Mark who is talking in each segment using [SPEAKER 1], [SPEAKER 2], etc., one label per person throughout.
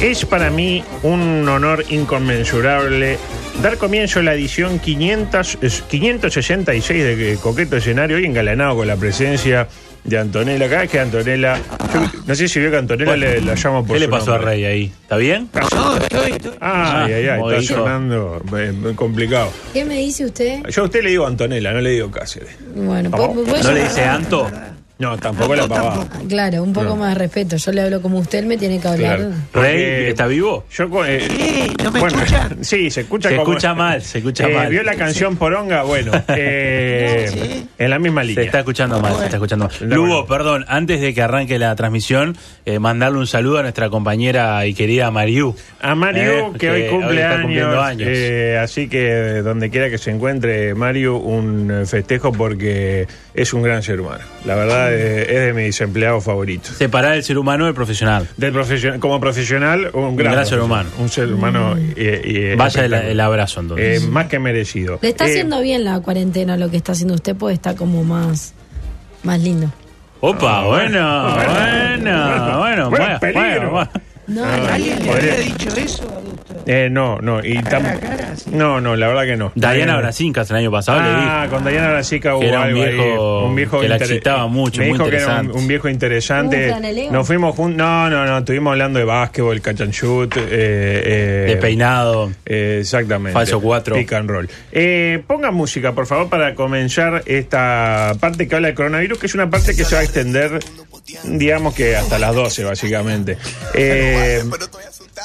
[SPEAKER 1] Es para mí un honor inconmensurable dar comienzo a la edición 500, es- 566 de Coqueto Escenario, hoy engalanado con la presencia de Antonella. Cada vez que Antonella. yo no sé si vio que Antonella le, la llama por
[SPEAKER 2] ¿Qué le
[SPEAKER 1] su
[SPEAKER 2] pasó
[SPEAKER 1] nombre.
[SPEAKER 2] a Rey ahí? ¿Está bien?
[SPEAKER 1] Ay, ay, ay,
[SPEAKER 2] Ah,
[SPEAKER 1] está
[SPEAKER 2] hijo.
[SPEAKER 1] sonando eh, muy complicado.
[SPEAKER 3] ¿Qué me dice usted?
[SPEAKER 1] Yo a usted le digo Antonella, no le digo Cáceres.
[SPEAKER 3] Bueno,
[SPEAKER 1] No,
[SPEAKER 3] po- pues, po- po-
[SPEAKER 2] ¿No le dice Anto?
[SPEAKER 1] No, tampoco la pavada.
[SPEAKER 3] Ah, Claro, un poco más de respeto. Yo le hablo como usted me tiene que hablar.
[SPEAKER 1] Claro.
[SPEAKER 2] ¿Rey
[SPEAKER 1] Porque-
[SPEAKER 2] está vivo?
[SPEAKER 1] Yo co- eh,
[SPEAKER 4] ¿No me
[SPEAKER 1] bueno,
[SPEAKER 4] escucha?
[SPEAKER 1] Sí, se escucha
[SPEAKER 2] Se
[SPEAKER 1] como-
[SPEAKER 2] escucha mal, se escucha
[SPEAKER 1] Eh,
[SPEAKER 2] mal.
[SPEAKER 1] ¿Vio la canción Poronga? Bueno, eh, en la misma
[SPEAKER 2] Se
[SPEAKER 1] línea.
[SPEAKER 2] está escuchando mal, se está escuchando mal.
[SPEAKER 1] Bueno.
[SPEAKER 2] Lugo, perdón, antes de que arranque la transmisión, eh, mandarle un saludo a nuestra compañera y querida Mariú.
[SPEAKER 1] A Mario,
[SPEAKER 2] Eh,
[SPEAKER 1] que hoy cumple
[SPEAKER 2] está cumpliendo
[SPEAKER 1] años. eh, así que donde quiera que se encuentre Mario, un eh, festejo porque es un gran ser humano. La verdad, eh, es de mis empleados favoritos.
[SPEAKER 2] Separar el ser humano del profesional.
[SPEAKER 1] Del profesio- como profesional, un gran,
[SPEAKER 2] gran ser humano.
[SPEAKER 1] Un ser
[SPEAKER 4] Mm.
[SPEAKER 1] humano. eh, eh,
[SPEAKER 2] Vaya el,
[SPEAKER 1] espectacular.
[SPEAKER 2] el abrazo
[SPEAKER 1] Eh,
[SPEAKER 2] entonces.
[SPEAKER 1] más que merecido.
[SPEAKER 3] Le está
[SPEAKER 1] Eh,
[SPEAKER 3] haciendo bien la cuarentena lo que está haciendo usted, pues está como más, más lindo.
[SPEAKER 2] Opa, bueno,
[SPEAKER 1] ah, bueno,
[SPEAKER 2] bueno, bueno,
[SPEAKER 1] bueno,
[SPEAKER 2] bueno,
[SPEAKER 1] peligro.
[SPEAKER 2] bueno, bueno.
[SPEAKER 3] No,
[SPEAKER 1] Ah,
[SPEAKER 4] ¿Alguien le
[SPEAKER 1] Podría-
[SPEAKER 4] había dicho eso, Augusto?
[SPEAKER 1] eh, no, no. Y tam-
[SPEAKER 4] a cara, sí.
[SPEAKER 1] No, no, la verdad que no.
[SPEAKER 2] Dayana
[SPEAKER 1] Eh,
[SPEAKER 2] Bracincas el año pasado le dijo.
[SPEAKER 1] Ah, con Dayana Brasica hubo
[SPEAKER 2] Que era un
[SPEAKER 1] algo ahí,
[SPEAKER 2] viejo
[SPEAKER 1] un viejo
[SPEAKER 2] que la
[SPEAKER 1] inter-
[SPEAKER 2] excitaba mucho,
[SPEAKER 1] Me
[SPEAKER 2] muy
[SPEAKER 1] dijo que era un,
[SPEAKER 2] interesante.
[SPEAKER 1] un viejo
[SPEAKER 3] ¿Un
[SPEAKER 1] interesante.
[SPEAKER 3] franeleo?
[SPEAKER 1] Nos fuimos juntos. No, no, no. Estuvimos hablando de básquetbol, catch and shoot. eh, eh,
[SPEAKER 2] de peinado.
[SPEAKER 1] eh, exactamente.
[SPEAKER 2] Falso cuatro.
[SPEAKER 1] Pick and roll. Eh, ponga música, por favor, para comenzar esta parte que habla del coronavirus, que es una parte que se va a extender, digamos que hasta las 12, básicamente. Eh,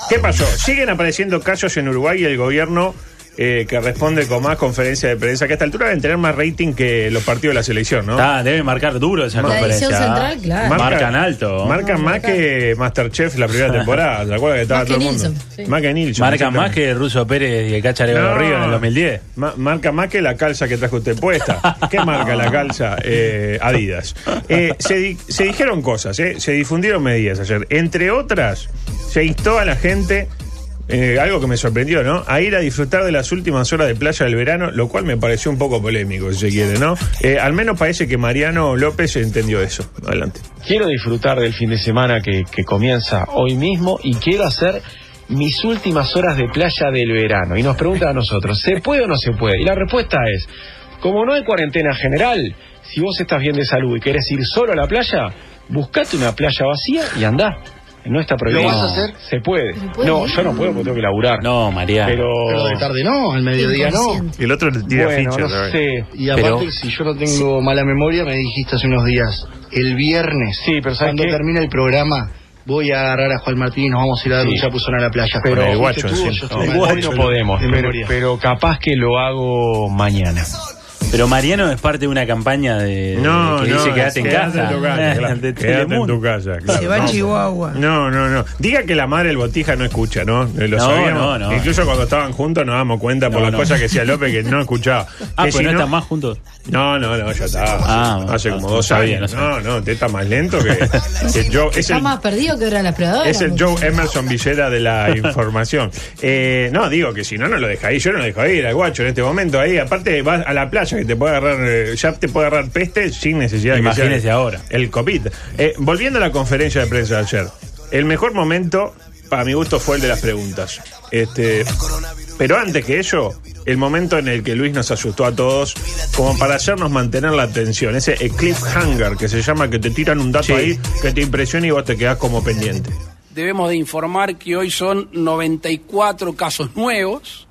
[SPEAKER 1] ¿Qué pasó? Siguen apareciendo casos en Uruguay y el gobierno. eh, que responde con más conferencia de prensa, que a esta altura deben tener más rating que los partidos de la selección, ¿no?
[SPEAKER 2] Está, debe marcar duro esa
[SPEAKER 3] La
[SPEAKER 2] conferencia.
[SPEAKER 3] edición central, claro.
[SPEAKER 2] Marcan, alto.
[SPEAKER 1] Marcan más que Masterchef la primera temporada, ¿se acuerdan que estaba
[SPEAKER 3] Más
[SPEAKER 1] todo
[SPEAKER 3] que
[SPEAKER 1] el mundo?
[SPEAKER 3] Nilsson, sí.
[SPEAKER 1] Más que Nilsson,
[SPEAKER 2] Marcan más
[SPEAKER 1] exactamente.
[SPEAKER 2] que Russo Pérez y el Cacha Arevalo
[SPEAKER 1] No.
[SPEAKER 2] Río en el 2010.
[SPEAKER 1] Ma- marca más que la calza que trajo usted puesta. ¿Qué marca la calza? Eh, Adidas. Eh, se, di- se dijeron cosas, eh, se difundieron medidas ayer. Entre otras, se instó a la gente, eh, algo que me sorprendió, ¿no? A ir a disfrutar de las últimas horas de playa del verano, lo cual me pareció un poco polémico, si se quiere, ¿no? Eh, al menos parece que Mariano López entendió eso. Adelante.
[SPEAKER 5] Quiero disfrutar del fin de semana que, que comienza hoy mismo y quiero hacer mis últimas horas de playa del verano. Y nos pregunta a nosotros, ¿se puede o no se puede? Y la respuesta es, como no hay cuarentena general, si vos estás bien de salud y querés ir solo a la playa, buscate una playa vacía y andá. No está prohibido.
[SPEAKER 6] ¿Lo vas a hacer?
[SPEAKER 5] Se puede.
[SPEAKER 3] Pero puede
[SPEAKER 5] no,
[SPEAKER 3] ir.
[SPEAKER 5] yo no puedo porque tengo que laburar.
[SPEAKER 2] No, María.
[SPEAKER 5] pero...
[SPEAKER 6] Pero de tarde no, al mediodía no.
[SPEAKER 3] Inconsciente.
[SPEAKER 1] El otro le
[SPEAKER 5] Bueno, no sé.
[SPEAKER 6] Y aparte,
[SPEAKER 2] Pero-
[SPEAKER 6] si yo no tengo mala memoria, me dijiste hace unos días, el viernes,
[SPEAKER 5] Sí, pero ¿sabes
[SPEAKER 6] cuando
[SPEAKER 5] qué?
[SPEAKER 6] termine el programa, voy a agarrar a Juan Martín y nos vamos a ir a dar
[SPEAKER 5] Sí.
[SPEAKER 6] un chapuzón a la playa.
[SPEAKER 5] Pero-
[SPEAKER 6] Fuiste
[SPEAKER 5] El
[SPEAKER 1] guacho,
[SPEAKER 6] tú,
[SPEAKER 1] sí.
[SPEAKER 6] yo
[SPEAKER 5] No,
[SPEAKER 6] estoy mal.
[SPEAKER 5] hoy no podemos,
[SPEAKER 6] De
[SPEAKER 5] pero,
[SPEAKER 6] memoria.
[SPEAKER 5] pero capaz que lo hago mañana.
[SPEAKER 2] Pero Mariano es parte de una campaña de
[SPEAKER 1] No,
[SPEAKER 2] que
[SPEAKER 1] no,
[SPEAKER 2] dice quédate en casa.
[SPEAKER 1] tu casa, claro.
[SPEAKER 2] De
[SPEAKER 1] Quédate en tu
[SPEAKER 2] Telemundo.
[SPEAKER 1] casa, claro.
[SPEAKER 4] Se va a
[SPEAKER 1] No.
[SPEAKER 4] Chihuahua.
[SPEAKER 1] No, no, no. Diga que la madre del botija no escucha, ¿no? Eh, Lo
[SPEAKER 2] No,
[SPEAKER 1] sabíamos.
[SPEAKER 2] no, no.
[SPEAKER 1] Incluso cuando estaban juntos nos damos cuenta por
[SPEAKER 2] No,
[SPEAKER 1] las
[SPEAKER 2] no.
[SPEAKER 1] cosas que decía López que no escuchaba.
[SPEAKER 2] Ah,
[SPEAKER 1] Que
[SPEAKER 2] pues
[SPEAKER 1] si
[SPEAKER 2] no están más juntos.
[SPEAKER 1] No, no, no, ya estaba.
[SPEAKER 2] Ah,
[SPEAKER 1] hace
[SPEAKER 2] no,
[SPEAKER 1] como
[SPEAKER 2] no
[SPEAKER 1] dos
[SPEAKER 2] sabía,
[SPEAKER 1] años.
[SPEAKER 2] no sabía.
[SPEAKER 1] No, no, te está más lento que. que Joe- es,
[SPEAKER 3] Está
[SPEAKER 1] el,
[SPEAKER 3] más perdido que ahora las predadoras.
[SPEAKER 1] es el Joe Emerson Villera de la información. Eh, no, digo que si no, no lo deja ahí. Yo no lo dejo ir al guacho en este momento ahí. Aparte, vas a la playa que te puede agarrar, eh, ya te puede agarrar peste sin necesidad de que sea-
[SPEAKER 2] Imagínese ahora.
[SPEAKER 1] el COVID. Eh, volviendo a la conferencia de prensa de ayer, el mejor momento, para mi gusto, fue el de las preguntas. Este, pero antes que eso, el momento en el que Luis nos asustó a todos, como para hacernos mantener la atención, ese eh, cliffhanger que se llama, que te tiran un dato
[SPEAKER 2] Sí.
[SPEAKER 1] ahí que te impresiona y vos te quedás como pendiente.
[SPEAKER 7] debemos de informar que hoy son 94 casos nuevos.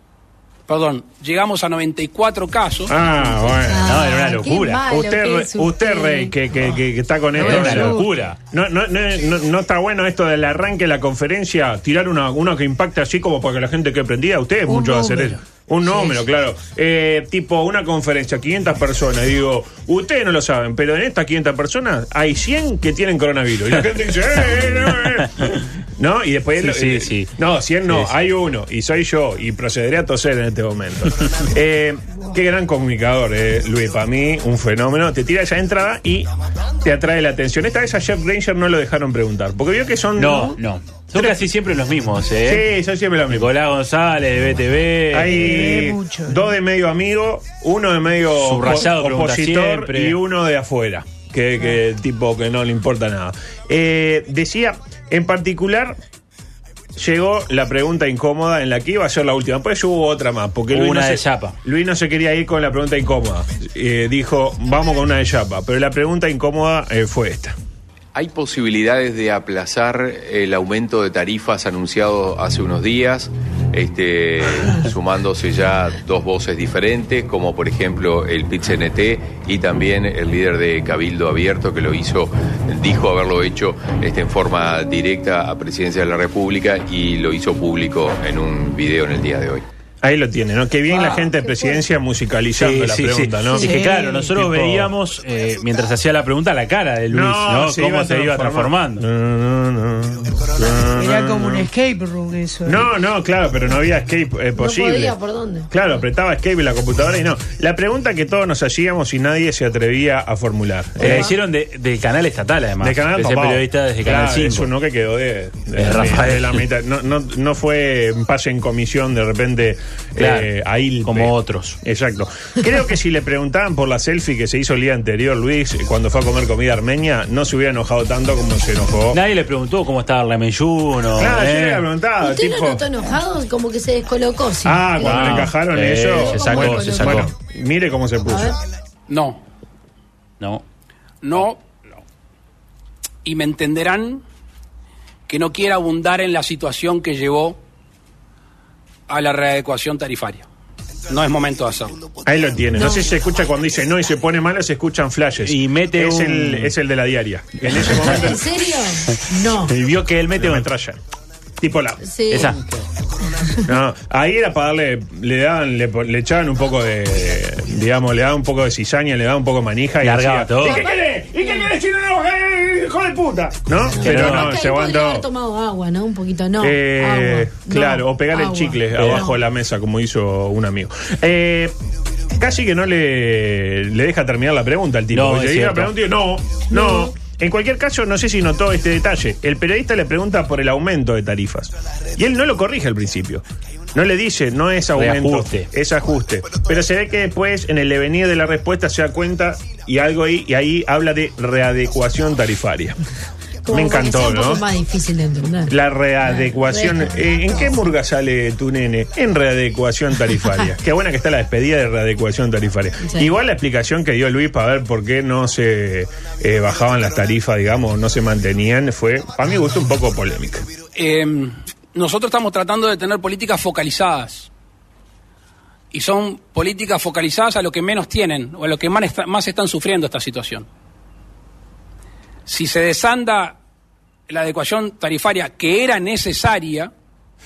[SPEAKER 7] Perdón, llegamos a 94 casos.
[SPEAKER 1] Ah, bueno.
[SPEAKER 2] No, era una locura.
[SPEAKER 1] Usted, re- usted Rey, que, que- que- que está con esto.
[SPEAKER 2] Era una
[SPEAKER 1] no,
[SPEAKER 2] locura.
[SPEAKER 1] No, no, no, no- no está bueno esto del arranque de la conferencia, tirar una, una que impacte así como para que la gente que prendida. Usted es
[SPEAKER 4] Un
[SPEAKER 1] mucho de hacer
[SPEAKER 4] número.
[SPEAKER 1] eso. Un número, claro. Eh, tipo, una conferencia, 500 personas. Digo, ustedes no lo saben, pero en estas 500 personas hay 100 que tienen coronavirus. Y la gente dice, "Eh, no, eh". ¿No? Y después.
[SPEAKER 2] Sí,
[SPEAKER 1] lo-
[SPEAKER 2] sí,
[SPEAKER 1] eh,
[SPEAKER 2] sí.
[SPEAKER 1] No, 100 no,
[SPEAKER 2] Sí, sí.
[SPEAKER 1] hay uno. Y soy yo. Y procederé a toser en este momento. Eh, qué gran comunicador, eh, Luis. Para mí, un fenómeno. Te tira esa entrada y te atrae la atención. Esta vez a Jeff Granger no lo dejaron preguntar. Porque vio que son.
[SPEAKER 2] No, no. Son casi siempre los mismos, ¿eh?
[SPEAKER 1] Sí, son siempre lo mismo.
[SPEAKER 2] Nicolás González de BTV.
[SPEAKER 1] Hay
[SPEAKER 4] Eh, mucho.
[SPEAKER 1] dos de medio amigo, uno de medio
[SPEAKER 2] Subrayado,
[SPEAKER 1] opo-
[SPEAKER 2] pregunta
[SPEAKER 1] opositor
[SPEAKER 2] siempre.
[SPEAKER 1] y uno de afuera, que, que tipo que no le importa nada. Eh, decía, en particular, llegó la pregunta incómoda en la que iba a ser la última. Pues hubo otra más, porque
[SPEAKER 2] Hubo
[SPEAKER 1] Luis,
[SPEAKER 2] una
[SPEAKER 1] no
[SPEAKER 2] de
[SPEAKER 1] se,
[SPEAKER 2] chapa.
[SPEAKER 1] Luis no se quería ir con la pregunta incómoda. Eh, dijo, vamos con una de chapa. Pero la pregunta incómoda eh, fue esta.
[SPEAKER 8] ¿Hay posibilidades de aplazar el aumento de tarifas anunciado hace unos días, este, sumándose ya dos voces diferentes, como por ejemplo el pit y también el líder de Cabildo Abierto, que lo hizo, dijo haberlo hecho este, en forma directa a Presidencia de la República y lo hizo público en un video en el día de hoy?
[SPEAKER 1] Ahí lo tiene, ¿no? Ah, Qué bien la gente de presidencia musicalizando la pregunta, ¿no?
[SPEAKER 2] Es que claro, nosotros
[SPEAKER 1] Tipo-
[SPEAKER 2] veíamos, eh, mientras hacía la pregunta, la cara de Luis, ¿no?
[SPEAKER 1] se
[SPEAKER 2] Cómo
[SPEAKER 1] iba
[SPEAKER 2] se iba transformando.
[SPEAKER 1] No, no, no.
[SPEAKER 4] Era como un escape room eso.
[SPEAKER 1] No, no, claro, pero no había escape eh, posible.
[SPEAKER 3] podía, ¿por dónde?
[SPEAKER 1] Claro, apretaba escape en la computadora y no. La pregunta que todos nos hacíamos y nadie se atrevía a formular.
[SPEAKER 2] Te la
[SPEAKER 1] Eh,
[SPEAKER 2] hicieron de- del canal estatal, además.
[SPEAKER 1] de Canal
[SPEAKER 2] Ese
[SPEAKER 1] Papá.
[SPEAKER 2] periodista desde Canal
[SPEAKER 1] Claro,
[SPEAKER 2] 5.
[SPEAKER 1] Es uno que quedó de, de-
[SPEAKER 2] De Rafael.
[SPEAKER 1] de la mitad. No, no, no fue un pase en comisión de repente
[SPEAKER 2] Claro,
[SPEAKER 1] eh, a Ilpe.
[SPEAKER 2] como otros.
[SPEAKER 1] Exacto. Creo que si le preguntaban por la selfie que se hizo el día anterior, Luis, eh, cuando fue a comer comida armenia, no se hubiera enojado tanto como se enojó.
[SPEAKER 2] Nadie le preguntó cómo estaba la Meyuno.
[SPEAKER 1] claro, Ah, yo
[SPEAKER 2] ¿eh?
[SPEAKER 1] le había preguntado.
[SPEAKER 3] ¿Usted
[SPEAKER 1] tipo-
[SPEAKER 3] lo notó enojado? Como que se descolocó. sí.
[SPEAKER 1] Ah, cuando
[SPEAKER 2] Ah,
[SPEAKER 1] le encajaron
[SPEAKER 2] sí,
[SPEAKER 1] eso.
[SPEAKER 2] se sacó,
[SPEAKER 1] bueno,
[SPEAKER 3] se
[SPEAKER 2] sacó.
[SPEAKER 1] bueno, mire cómo se puso.
[SPEAKER 3] A ver.
[SPEAKER 7] No,
[SPEAKER 2] No.
[SPEAKER 7] no, no. Y me entenderán que no quiera abundar en la situación que llevó a la readecuación tarifaria. No es momento de hacerlo.
[SPEAKER 1] Ahí lo tiene. No. sé si se escucha cuando dice no y se pone malo, se escuchan flashes.
[SPEAKER 2] Y mete
[SPEAKER 1] es,
[SPEAKER 2] un-
[SPEAKER 1] el, es el de la diaria. En ese momento
[SPEAKER 3] ¿En serio? No.
[SPEAKER 2] Y vio que él mete
[SPEAKER 1] la
[SPEAKER 2] un...
[SPEAKER 1] metralla. Tipo la.
[SPEAKER 3] Sí.
[SPEAKER 2] Esa.
[SPEAKER 1] No, ahí era para darle, le daban, le, po- le echaban un poco de, digamos, le daban un poco de cizaña, le daban un poco de manija y
[SPEAKER 2] Largaba
[SPEAKER 1] decía,
[SPEAKER 2] todo.
[SPEAKER 1] ¿Y qué querés? ¿Y qué querés si no nos vas a ganar, hijo de puta? ¿No? Pero
[SPEAKER 2] no,
[SPEAKER 1] no,
[SPEAKER 3] Acá
[SPEAKER 1] se
[SPEAKER 3] él podría haber
[SPEAKER 1] aguantó.
[SPEAKER 3] tomado agua, ¿no? Un poquito, no.
[SPEAKER 1] Eh,
[SPEAKER 3] agua, no,
[SPEAKER 1] claro, o pegar el
[SPEAKER 3] agua.
[SPEAKER 1] chicle
[SPEAKER 3] No.
[SPEAKER 1] abajo de la mesa, como hizo un amigo. Eh, casi que no le, le deja terminar la pregunta al tipo.
[SPEAKER 2] No,
[SPEAKER 1] porque
[SPEAKER 2] es
[SPEAKER 1] le llega la
[SPEAKER 2] cierto.
[SPEAKER 1] pregunta y dice, no, no, En cualquier caso, no sé si notó este detalle. El periodista le pregunta por el aumento de tarifas. Y él no lo corrige al principio. No le dice, no es aumento,
[SPEAKER 2] Reajuste.
[SPEAKER 1] es ajuste. Pero se ve que después, en el devenir de la respuesta, se da cuenta y algo ahí, y ahí habla de readecuación tarifaria.
[SPEAKER 3] Como
[SPEAKER 1] Me
[SPEAKER 3] para que sea
[SPEAKER 1] encantó,
[SPEAKER 3] un poco
[SPEAKER 1] ¿no?
[SPEAKER 3] más difícil de entender.
[SPEAKER 1] La readecuación. Eh, ¿En qué murga sale tu nene? En readecuación tarifaria. qué buena que está la despedida de readecuación tarifaria.
[SPEAKER 3] Sí.
[SPEAKER 1] Igual la explicación que dio Luis para ver por qué no se eh, bajaban las tarifas, digamos, no se mantenían, fue, para mi gusto, un poco polémica.
[SPEAKER 7] Eh, nosotros estamos tratando de tener políticas focalizadas. Y son políticas focalizadas a lo que menos tienen o a lo que más, está- más están sufriendo esta situación. Si se desanda la adecuación tarifaria que era necesaria,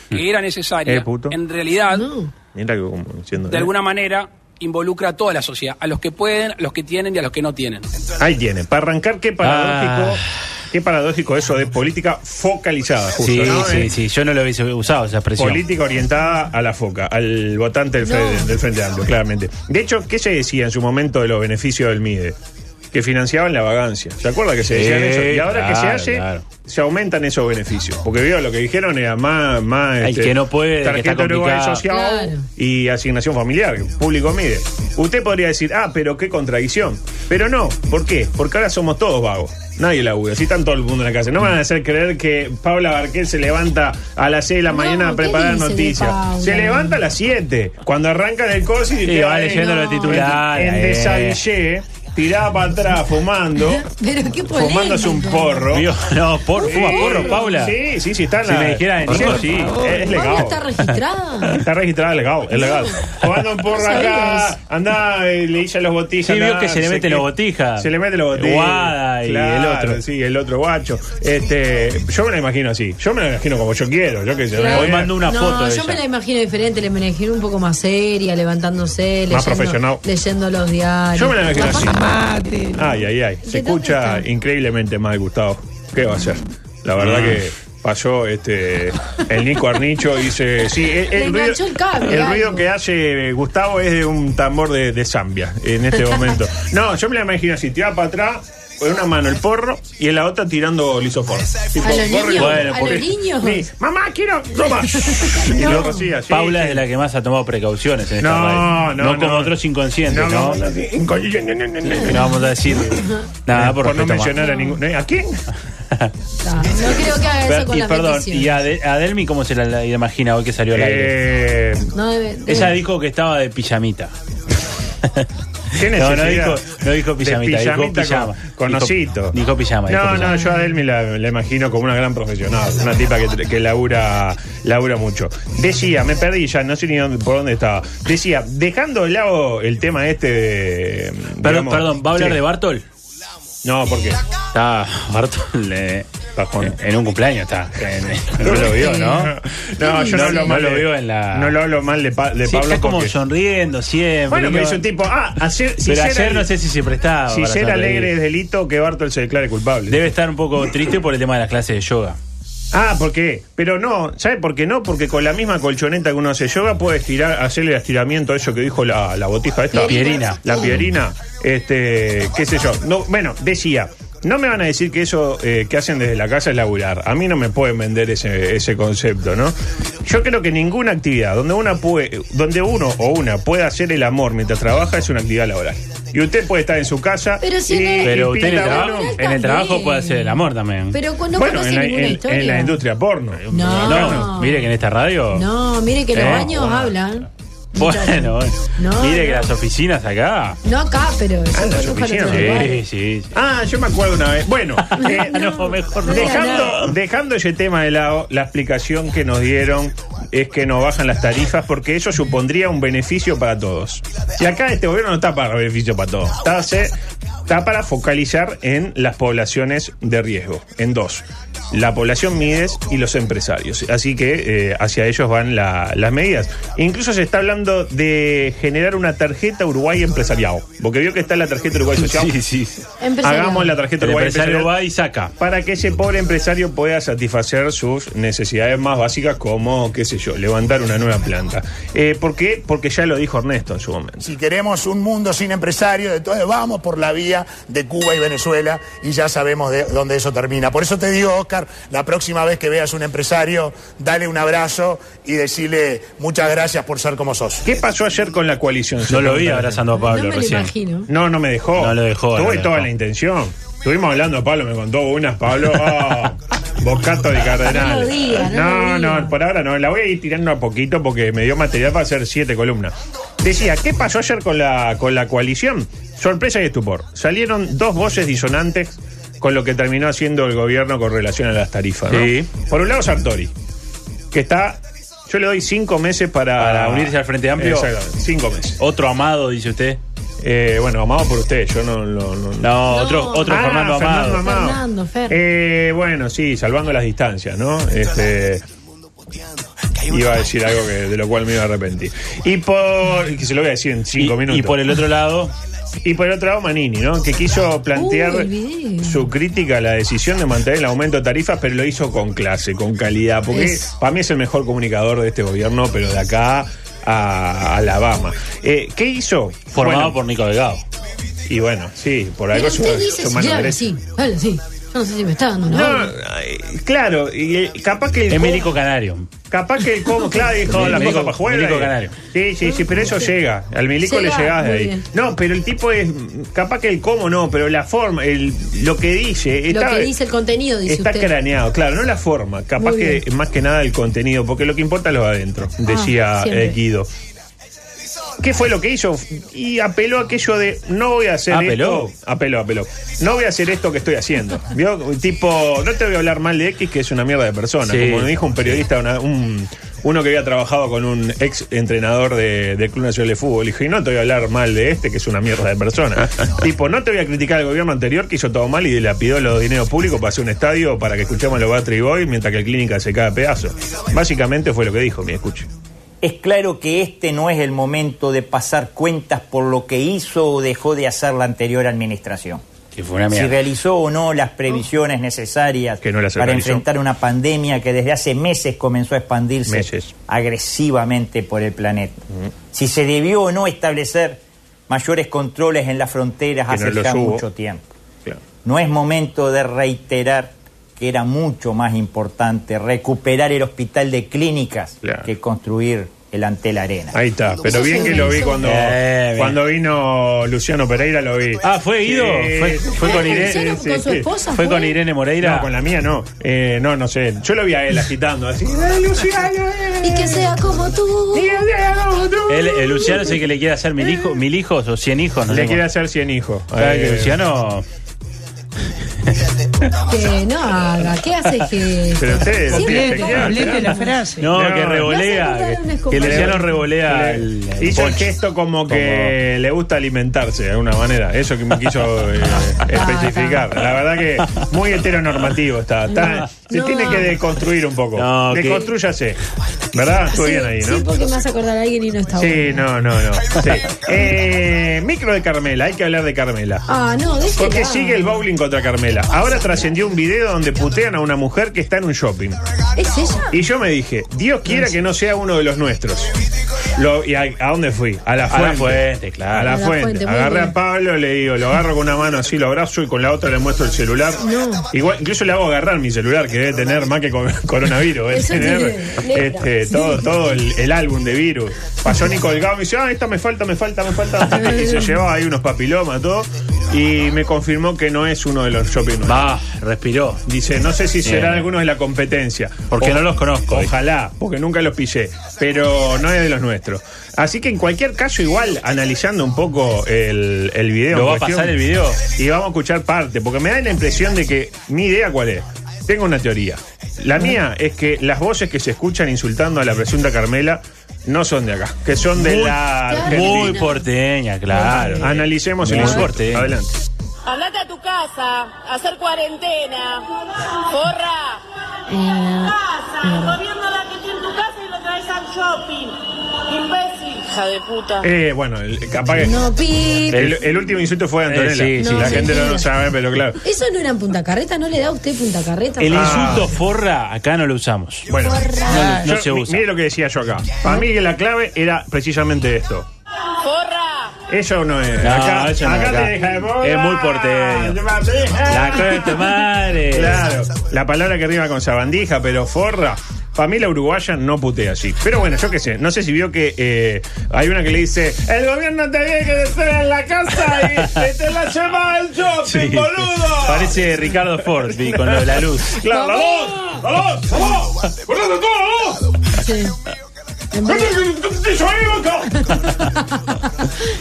[SPEAKER 7] que era necesaria,
[SPEAKER 1] Eh, puto.
[SPEAKER 7] en realidad,
[SPEAKER 3] No.
[SPEAKER 1] Mira que como diciendo.
[SPEAKER 7] de alguna manera, involucra a toda la sociedad, a los que pueden, a los que tienen y a los que no tienen.
[SPEAKER 1] eh, Ahí tiene. Para arrancar, qué paradójico.
[SPEAKER 2] Ah.
[SPEAKER 1] Qué paradójico eso de política focalizada, justo,
[SPEAKER 2] Sí,
[SPEAKER 1] ¿no?
[SPEAKER 2] sí,
[SPEAKER 1] Eh,
[SPEAKER 2] sí. Yo no lo hubiese usado esa expresión.
[SPEAKER 1] Política orientada a la foca, al votante del, Frente-
[SPEAKER 3] No.
[SPEAKER 1] del Frente Amplio, claramente. De hecho, ¿qué se decía en su momento de los beneficios del MIDE? Que financiaban la vagancia. ¿Se acuerda que se
[SPEAKER 2] Sí,
[SPEAKER 1] decía eso? Y ahora que se
[SPEAKER 2] claro,
[SPEAKER 1] hace,
[SPEAKER 2] claro.
[SPEAKER 1] se aumentan esos beneficios. Porque veo lo que dijeron era más. más este,
[SPEAKER 2] El que no puede, que
[SPEAKER 1] Tarjeta
[SPEAKER 2] está
[SPEAKER 1] Uruguay
[SPEAKER 2] complicado.
[SPEAKER 1] Social
[SPEAKER 3] Claro.
[SPEAKER 1] y asignación familiar, público MIDE. Usted podría decir, ah, pero qué contradicción. Pero no, ¿por qué? Porque ahora somos todos vagos. Nadie labura, así están todo el mundo en la casa. No me van a hacer creer que Paula Barquel se levanta a las 6 de la
[SPEAKER 3] No,
[SPEAKER 1] mañana a
[SPEAKER 3] ¿qué
[SPEAKER 1] preparar
[SPEAKER 3] dice de
[SPEAKER 1] noticias.
[SPEAKER 3] Paula?
[SPEAKER 1] Se levanta a las 7, cuando arrancan el cosi y
[SPEAKER 2] Sí,
[SPEAKER 1] queda
[SPEAKER 2] va
[SPEAKER 1] ahí,
[SPEAKER 2] leyendo
[SPEAKER 3] no.
[SPEAKER 2] los titulares.
[SPEAKER 1] En
[SPEAKER 2] eh.
[SPEAKER 1] desabillé, tirada para atrás, fumando,
[SPEAKER 3] Pero qué polémico.
[SPEAKER 1] fumándose un porro.
[SPEAKER 2] Vio- No, por,
[SPEAKER 1] Sí,
[SPEAKER 2] fuma porro, Paula.
[SPEAKER 1] Sí, sí, sí, está en
[SPEAKER 2] Si
[SPEAKER 1] la-
[SPEAKER 2] me dijera en
[SPEAKER 1] Sí,
[SPEAKER 2] porro,
[SPEAKER 1] sí,
[SPEAKER 2] sí.
[SPEAKER 1] es
[SPEAKER 3] Paula
[SPEAKER 1] legal.
[SPEAKER 3] está registrada.
[SPEAKER 1] Está registrada, es legal, es legal. Jugando un porro acá,
[SPEAKER 3] ¿Sabías?
[SPEAKER 1] andá, eh, le hice los botijas.
[SPEAKER 2] Sí, vio
[SPEAKER 1] andá,
[SPEAKER 2] que se le
[SPEAKER 1] sé
[SPEAKER 2] mete
[SPEAKER 1] qué.
[SPEAKER 2] los botijas.
[SPEAKER 1] Se le mete los botijas.
[SPEAKER 2] Guada y
[SPEAKER 1] Claro,
[SPEAKER 2] el otro.
[SPEAKER 1] Sí, el otro guacho. Este, yo me lo imagino así. Yo me lo imagino como yo quiero. Yo que sé.
[SPEAKER 3] Claro.
[SPEAKER 1] voy
[SPEAKER 2] Hoy
[SPEAKER 1] a-
[SPEAKER 2] mando una
[SPEAKER 3] no,
[SPEAKER 2] foto de
[SPEAKER 3] yo me la
[SPEAKER 2] ella.
[SPEAKER 3] imagino diferente, le me la imagino un poco más seria, levantándose,
[SPEAKER 1] Más
[SPEAKER 3] leyendo,
[SPEAKER 1] profesional.
[SPEAKER 3] leyendo los diarios.
[SPEAKER 1] Yo me la imagino así.
[SPEAKER 4] Mate.
[SPEAKER 1] Ay, ay, ay.
[SPEAKER 3] ¿De
[SPEAKER 1] Se
[SPEAKER 3] dónde
[SPEAKER 1] escucha
[SPEAKER 3] está?
[SPEAKER 1] increíblemente mal, Gustavo. ¿Qué va a ser? La
[SPEAKER 2] Ah.
[SPEAKER 1] verdad que pasó este el Nico Arnicho y dice. Sí, eh, el,
[SPEAKER 3] Le enganchó el cable,
[SPEAKER 1] el
[SPEAKER 3] algo.
[SPEAKER 1] ruido que hace eh, Gustavo es de un tambor de, de Zambia en este momento. No, yo me la imagino así, tirada para atrás, con una mano el porro y en la otra tirando lisoform. Tipo,
[SPEAKER 3] los
[SPEAKER 1] porro y-
[SPEAKER 3] niños,
[SPEAKER 2] Bueno,
[SPEAKER 3] a
[SPEAKER 2] porque-
[SPEAKER 3] los niños.
[SPEAKER 1] Sí, mamá, quiero. Toma. Y lo hacía, sí,
[SPEAKER 2] Paula
[SPEAKER 1] sí.
[SPEAKER 2] es de la que más ha tomado precauciones en esta
[SPEAKER 1] No,
[SPEAKER 2] radio.
[SPEAKER 1] no,
[SPEAKER 2] No como otros inconscientes,
[SPEAKER 1] No,
[SPEAKER 2] ¿no?
[SPEAKER 1] no, sí, inconsciente, no, no, no, no.
[SPEAKER 2] Que No vamos a decir nada por,
[SPEAKER 1] Por no
[SPEAKER 2] respeto a Mar-
[SPEAKER 1] mencionar a ningún. ¿A quién?
[SPEAKER 3] Está. No creo que haga eso
[SPEAKER 2] Per-
[SPEAKER 3] con
[SPEAKER 2] y
[SPEAKER 3] las
[SPEAKER 2] perdón,
[SPEAKER 3] peticiones.
[SPEAKER 2] ¿y a, De- a Delmi cómo se la, la imagina hoy que salió al aire?
[SPEAKER 1] Eh,
[SPEAKER 3] No debe- debe-
[SPEAKER 2] Ella dijo que estaba de pijamita.
[SPEAKER 1] ¿Qué
[SPEAKER 2] No, no
[SPEAKER 1] necesidad
[SPEAKER 2] dijo, no dijo
[SPEAKER 1] de
[SPEAKER 2] pijamita, dijo
[SPEAKER 1] pijamita
[SPEAKER 2] pijama.
[SPEAKER 1] con- con
[SPEAKER 2] Dijo-
[SPEAKER 1] osito.
[SPEAKER 2] Dijo, pijama. dijo
[SPEAKER 1] No,
[SPEAKER 2] pijama.
[SPEAKER 1] no, yo a Delmi la, la imagino como una gran profesional, una tipa que, que labura, labura mucho. Decía, me perdí ya, no sé ni dónde- por dónde estaba. Decía, dejando de lado el tema este de.
[SPEAKER 2] Perdón,
[SPEAKER 1] digamos-
[SPEAKER 2] perdón, ¿va a hablar
[SPEAKER 1] Sí.
[SPEAKER 2] de Bartol?
[SPEAKER 1] No, porque.
[SPEAKER 2] Está Bartol eh,
[SPEAKER 1] Bajón.
[SPEAKER 2] en un cumpleaños, está. En- no lo vio, ¿no?
[SPEAKER 1] No, yo no,
[SPEAKER 2] No,
[SPEAKER 1] hablo
[SPEAKER 2] no
[SPEAKER 1] mal
[SPEAKER 2] lo
[SPEAKER 1] de-
[SPEAKER 2] vio en la-
[SPEAKER 1] No lo hablo mal de, Pa- de
[SPEAKER 2] Sí,
[SPEAKER 1] Pablo.
[SPEAKER 2] está como
[SPEAKER 1] porque-
[SPEAKER 2] sonriendo siempre.
[SPEAKER 1] Bueno, pero
[SPEAKER 2] ¿no?
[SPEAKER 1] es un tipo. Ah, ayer, si
[SPEAKER 2] Pero
[SPEAKER 1] ser
[SPEAKER 2] ayer
[SPEAKER 1] al-
[SPEAKER 2] no sé si se prestaba.
[SPEAKER 1] si
[SPEAKER 2] para
[SPEAKER 1] ser
[SPEAKER 2] sonreír.
[SPEAKER 1] alegre es delito, que Bartol se declare culpable.
[SPEAKER 2] Debe estar un poco triste por el tema de las clases de yoga.
[SPEAKER 1] Ah, ¿por qué? Pero no, ¿sabe por qué no? Porque con la misma colchoneta que uno hace yoga puede estirar, hacerle el estiramiento a eso que dijo la, la botija esta.
[SPEAKER 3] La pierina.
[SPEAKER 1] La pierina. Este, qué sé yo. No, bueno, decía. No me van a decir que eso eh, que hacen desde la casa es laburar. A mí no me pueden vender ese, ese concepto, ¿no? Yo creo que ninguna actividad donde, una pue- donde uno o una pueda hacer el amor mientras trabaja es una actividad laboral. Y usted puede estar en su casa.
[SPEAKER 3] Pero si
[SPEAKER 1] y-
[SPEAKER 3] en el-
[SPEAKER 1] y
[SPEAKER 2] Pero usted en el,
[SPEAKER 1] pinta
[SPEAKER 2] traba-
[SPEAKER 1] uno-
[SPEAKER 3] bueno.
[SPEAKER 2] en el trabajo
[SPEAKER 3] También.
[SPEAKER 2] puede hacer el amor también.
[SPEAKER 3] Pero cu- no
[SPEAKER 1] bueno,
[SPEAKER 3] conoce
[SPEAKER 1] en la,
[SPEAKER 3] ninguna
[SPEAKER 1] en-
[SPEAKER 3] historia.
[SPEAKER 1] en la industria porno.
[SPEAKER 3] No.
[SPEAKER 2] no, mire que en esta radio.
[SPEAKER 3] No, mire que los
[SPEAKER 2] Eh,
[SPEAKER 3] baños
[SPEAKER 2] bueno.
[SPEAKER 3] hablan.
[SPEAKER 2] Bueno, bueno.
[SPEAKER 3] No,
[SPEAKER 2] mire que
[SPEAKER 3] no.
[SPEAKER 2] las oficinas acá.
[SPEAKER 3] No acá, pero.
[SPEAKER 1] Ah, en las oficinas.
[SPEAKER 3] Sí.
[SPEAKER 2] Sí, sí. sí.
[SPEAKER 1] Ah, yo me acuerdo una vez. Bueno, eh,
[SPEAKER 2] no, mejor no.
[SPEAKER 1] dejando, dejando ese tema de lado, la explicación que nos dieron es que no bajan las tarifas porque eso supondría un beneficio para todos. Y acá este gobierno no está para beneficio para todos. Está, hace- está para focalizar en las poblaciones de riesgo, en dos. La población Mides y los empresarios. Así que eh, hacia ellos van la- las medidas. Incluso se está hablando de generar una tarjeta Uruguay empresarial. Porque vio que está la tarjeta Uruguay Social.
[SPEAKER 2] Sí, sí.
[SPEAKER 3] Empresario.
[SPEAKER 1] Hagamos la tarjeta
[SPEAKER 2] El
[SPEAKER 1] Uruguay
[SPEAKER 2] empresario
[SPEAKER 1] Empresarial
[SPEAKER 2] va y saca.
[SPEAKER 1] para que ese pobre empresario pueda satisfacer sus necesidades más básicas como, qué sé yo, levantar una nueva planta. Eh, ¿Por qué? Porque ya lo dijo Ernesto en su momento.
[SPEAKER 9] Si queremos un mundo sin empresarios, entonces vamos por la vía de Cuba y Venezuela y ya sabemos de dónde eso termina. Por eso te digo, Oscar, la próxima vez que veas un empresario, dale un abrazo y decirle muchas gracias por ser como sos.
[SPEAKER 1] ¿Qué pasó ayer con la coalición?
[SPEAKER 2] No lo vi abrazando a Pablo
[SPEAKER 3] no me lo
[SPEAKER 2] recién.
[SPEAKER 3] imagino.
[SPEAKER 1] No, no me dejó.
[SPEAKER 2] No lo dejó,
[SPEAKER 1] Tuve
[SPEAKER 2] no lo
[SPEAKER 1] toda
[SPEAKER 2] dejó.
[SPEAKER 1] la intención. Estuvimos hablando, Pablo me contó unas, Pablo. Oh, bocato de cardenal.
[SPEAKER 3] No lo diga, no
[SPEAKER 1] no,
[SPEAKER 3] lo diga.
[SPEAKER 1] no, por ahora no. La voy a ir tirando a poquito porque me dio material para hacer siete columnas. Decía, ¿qué pasó ayer con la, con la coalición? Sorpresa y estupor. Salieron dos voces disonantes con lo que terminó haciendo el gobierno con relación a las tarifas. ¿no?
[SPEAKER 2] Sí.
[SPEAKER 1] Por un lado, Sartori, que está. Yo le doy cinco meses para.
[SPEAKER 2] Para unirse al Frente Amplio.
[SPEAKER 1] Exactamente, cinco meses.
[SPEAKER 2] Otro amado, dice usted.
[SPEAKER 1] Eh, bueno, amado por usted, yo no. no, no-
[SPEAKER 2] No,
[SPEAKER 3] No.
[SPEAKER 2] otro, otro
[SPEAKER 1] Ah,
[SPEAKER 2] Fernando Amado.
[SPEAKER 1] Amado.
[SPEAKER 3] Fernando, Fer.
[SPEAKER 1] Eh, bueno, sí, salvando las distancias, ¿no? Este, iba a decir algo que, de lo cual me iba a arrepentir. Y por. que se lo voy a decir en cinco
[SPEAKER 2] Y-
[SPEAKER 1] minutos.
[SPEAKER 2] y, por el otro lado,
[SPEAKER 1] Y por el otro lado, Manini, ¿no? Que quiso plantear
[SPEAKER 3] Uy, el video.
[SPEAKER 1] su crítica a la decisión de mantener el aumento de tarifas, pero lo hizo con clase, con calidad. Porque
[SPEAKER 3] Es-
[SPEAKER 1] para mí es el mejor comunicador de este gobierno, pero de acá a Alabama. Eh, ¿Qué hizo?
[SPEAKER 2] formado
[SPEAKER 1] Bueno,
[SPEAKER 2] por Nico Delgado.
[SPEAKER 1] Y bueno, sí, por algo
[SPEAKER 3] Pero
[SPEAKER 1] su,
[SPEAKER 3] usted dice,
[SPEAKER 1] su
[SPEAKER 3] sí,
[SPEAKER 1] mano
[SPEAKER 3] claro,
[SPEAKER 1] derecha.
[SPEAKER 3] sí, claro, sí. Yo no sé si me está dando una
[SPEAKER 1] No,
[SPEAKER 3] orden.
[SPEAKER 1] ay, claro, y eh, capaz que el
[SPEAKER 2] Emérico Canario.
[SPEAKER 1] capaz que el como, claro, dijo
[SPEAKER 2] Milico-
[SPEAKER 1] la cosa para
[SPEAKER 2] Milico Canario.
[SPEAKER 1] Sí, sí, sí, pero eso llega. Al milico
[SPEAKER 3] Llega,
[SPEAKER 1] le llegás de
[SPEAKER 3] muy
[SPEAKER 1] ahí.
[SPEAKER 3] bien.
[SPEAKER 1] No, pero el tipo es capaz que el cómo no, pero la forma, el lo que dice,
[SPEAKER 3] Lo
[SPEAKER 1] está,
[SPEAKER 3] que dice el contenido, dice
[SPEAKER 1] está
[SPEAKER 3] usted.
[SPEAKER 1] craneado, claro, no la forma, capaz
[SPEAKER 3] Muy Ah,
[SPEAKER 1] que más que nada el contenido, porque lo que importa es lo de adentro, decía
[SPEAKER 3] siempre.
[SPEAKER 1] eh, Guido. ¿Qué fue lo que hizo? Y apeló a aquello de no voy a hacer
[SPEAKER 2] ¿Apeló?
[SPEAKER 1] esto. Apeló, apeló. No voy a hacer esto que estoy haciendo. ¿Vio? Tipo, no te voy a hablar mal de X, que es una mierda de persona.
[SPEAKER 2] Sí.
[SPEAKER 1] Como me dijo un periodista, una- un- uno que había trabajado con un ex entrenador de- del Club Nacional de Fútbol. Dijo, y no te voy a hablar mal de este, que es una mierda de persona. tipo, no te voy a criticar al gobierno anterior que hizo todo mal y dilapidó los dineros públicos para hacer un estadio para que escuchemos los Battery Boy mientras que el clínica se cae a pedazos. Básicamente fue lo que dijo, me escuche.
[SPEAKER 10] Es claro que este no es el momento de pasar cuentas por lo que hizo o dejó de hacer la anterior administración.
[SPEAKER 2] Que fue una
[SPEAKER 10] Si
[SPEAKER 2] mierda.
[SPEAKER 10] realizó o no las previsiones necesarias
[SPEAKER 1] Que no las
[SPEAKER 10] para
[SPEAKER 1] realizó.
[SPEAKER 10] enfrentar una pandemia que desde hace meses comenzó a expandirse
[SPEAKER 1] Meses.
[SPEAKER 10] agresivamente por el planeta. Si se debió o no establecer mayores controles en las fronteras
[SPEAKER 1] Que no
[SPEAKER 10] hace
[SPEAKER 1] los
[SPEAKER 10] ya
[SPEAKER 1] hubo.
[SPEAKER 10] mucho tiempo.
[SPEAKER 1] Claro.
[SPEAKER 10] No es momento de reiterar que era mucho más importante recuperar el hospital de clínicas
[SPEAKER 1] Claro.
[SPEAKER 10] que construir el ante la arena.
[SPEAKER 1] Ahí está, pero bien que lo vi cuando,
[SPEAKER 10] Eh, bien.
[SPEAKER 1] cuando vino Luciano Pereira, lo vi.
[SPEAKER 2] Ah, ¿fue Guido?
[SPEAKER 1] Sí,
[SPEAKER 2] ¿Fue, fue con Irene?
[SPEAKER 3] Luciano con su esposa
[SPEAKER 2] ¿Fue con
[SPEAKER 3] fue?
[SPEAKER 2] Irene Moreira?
[SPEAKER 1] No, con la mía no. Eh, no, no sé. Yo lo vi a él agitando así.
[SPEAKER 2] Ah,
[SPEAKER 1] ¡Ay, Luciano! eh!
[SPEAKER 3] Y que sea como tú.
[SPEAKER 1] ¡Ni idea cómo tú!
[SPEAKER 2] Él- eh, Luciano es el que le quiere hacer mil hijos, mil hijos o cien hijos. No sé
[SPEAKER 1] Le quiere
[SPEAKER 2] cómo.
[SPEAKER 1] hacer 100 hijos.
[SPEAKER 2] ¿Sabe que
[SPEAKER 1] Eh,
[SPEAKER 2] Luciano.
[SPEAKER 3] Que no haga. ¿Qué hace que.?
[SPEAKER 1] Pero ustedes,
[SPEAKER 3] Siempre
[SPEAKER 1] ustedes,
[SPEAKER 4] Complete,
[SPEAKER 1] señor,
[SPEAKER 4] complete la frase.
[SPEAKER 2] No,
[SPEAKER 1] No.
[SPEAKER 2] que revolea.
[SPEAKER 3] Me hace acordar
[SPEAKER 2] que-
[SPEAKER 3] un
[SPEAKER 2] Que,
[SPEAKER 3] escopeta.
[SPEAKER 2] Luciano revolea. el- el
[SPEAKER 1] hizo el
[SPEAKER 2] poncho.
[SPEAKER 1] gesto como que le gusta alimentarse de alguna manera. Eso que me quiso eh, especificar. La verdad que muy heteronormativo está. está- se
[SPEAKER 3] No.
[SPEAKER 1] tiene que deconstruir un poco.
[SPEAKER 2] No, que-
[SPEAKER 1] Deconstrúyase. ¿Verdad? Estuvo
[SPEAKER 3] Sí,
[SPEAKER 1] bien ahí, ¿no?
[SPEAKER 3] Sí, porque me hace acordar a alguien y no está
[SPEAKER 1] Sí,
[SPEAKER 3] bueno.
[SPEAKER 1] no, no, no. Sí. Eh, micro de Carmela, hay que hablar de Carmela.
[SPEAKER 3] Ah, no, déjela.
[SPEAKER 1] Porque sigue el bowling contra Carmela. Ahora trascendió un video donde putean a una mujer que está en un shopping.
[SPEAKER 3] ¿Es ella?
[SPEAKER 1] Y yo me dije, Dios quiera que no sea uno de los nuestros. Lo- ¿Y a, a dónde fui? A la
[SPEAKER 2] A
[SPEAKER 1] fuente.
[SPEAKER 2] la fuente, claro.
[SPEAKER 1] A la,
[SPEAKER 3] A la
[SPEAKER 1] fuente.
[SPEAKER 3] fuente, muy
[SPEAKER 1] Agarré a
[SPEAKER 3] bien.
[SPEAKER 1] Pablo, le digo, lo agarro con una mano así, lo abrazo y con la otra le muestro el celular. Igual, incluso le hago agarrar mi celular, que debe tener más que con- coronavirus. debe
[SPEAKER 3] Eso
[SPEAKER 1] tener,
[SPEAKER 3] tiene,
[SPEAKER 1] este,
[SPEAKER 3] letras.
[SPEAKER 1] todo, todo el, el álbum de virus. Pasó ni colgado, me dice, ah, esta me falta, me falta, me falta. Y se llevaba ahí unos papilomas, todo. Y me confirmó que no es uno de los shopping. nuestros.
[SPEAKER 2] Va, respiró.
[SPEAKER 1] Dice, no sé si
[SPEAKER 2] Bien.
[SPEAKER 1] serán algunos de la competencia.
[SPEAKER 2] Porque
[SPEAKER 1] O-
[SPEAKER 2] no los conozco. eh.
[SPEAKER 1] Ojalá, porque nunca los pillé. Pero no es de los nuestros. Así que en cualquier caso, igual, analizando un poco el, el video.
[SPEAKER 2] ¿Lo
[SPEAKER 1] en
[SPEAKER 2] va a
[SPEAKER 1] cuestión,
[SPEAKER 2] pasar el video?
[SPEAKER 1] Y vamos a escuchar parte, porque me da la impresión de que mi idea cuál es. Tengo una teoría. La mía es que las voces que se escuchan insultando a la presunta Carmela no son de acá, que son de
[SPEAKER 2] Muy-
[SPEAKER 1] la Argentina.
[SPEAKER 2] Muy porteña, claro.
[SPEAKER 1] Ah. Analicemos el
[SPEAKER 2] Muy eh.
[SPEAKER 1] insulto.
[SPEAKER 2] porteña.
[SPEAKER 1] Adelante.
[SPEAKER 11] Andate a tu casa, a hacer cuarentena. Porra.
[SPEAKER 3] Eh,
[SPEAKER 11] Casa, gobierno la que tiene en tu casa y lo traes al shopping. Imbécil. Hija de puta.
[SPEAKER 1] Eh, bueno, el- capaz que.
[SPEAKER 3] No, pi.
[SPEAKER 1] El, el último insulto fue de Antonella.
[SPEAKER 2] Eh, sí, sí,
[SPEAKER 1] la
[SPEAKER 3] sí.
[SPEAKER 1] gente no lo sabe, pero claro.
[SPEAKER 3] Eso no era en Punta Carreta, ¿no le da a usted Punta Carreta?
[SPEAKER 2] El
[SPEAKER 1] Ah.
[SPEAKER 2] insulto forra, acá no lo usamos.
[SPEAKER 1] Bueno,
[SPEAKER 2] No, no
[SPEAKER 1] Ah. yo-
[SPEAKER 2] se
[SPEAKER 1] mi-
[SPEAKER 2] usa.
[SPEAKER 1] Mire lo que decía yo acá. Para mí que la clave era precisamente esto.
[SPEAKER 11] Porra.
[SPEAKER 1] Eso no es.
[SPEAKER 2] No,
[SPEAKER 1] acá
[SPEAKER 2] eso no
[SPEAKER 1] acá
[SPEAKER 2] es acá.
[SPEAKER 1] te deja de boba.
[SPEAKER 2] Es muy porteño.
[SPEAKER 1] Te va- te deja-
[SPEAKER 2] La cosa de tu madre.
[SPEAKER 1] Claro. La palabra que rima con sabandija, pero forra. Familia uruguaya no putea así. Pero bueno, yo qué sé. No sé si vio que eh, hay una que le dice: El gobierno te viene que te trae en la casa y, y te la lleva al shopping,
[SPEAKER 2] Sí.
[SPEAKER 1] boludo.
[SPEAKER 2] Parece Ricardo Ford vi, con lo de la luz.
[SPEAKER 1] Claro, la voz, la voz, la voz. Boludo, tú, la voz.
[SPEAKER 3] Sí.
[SPEAKER 1] ¡Yo
[SPEAKER 3] En verdad-
[SPEAKER 1] te- yo digo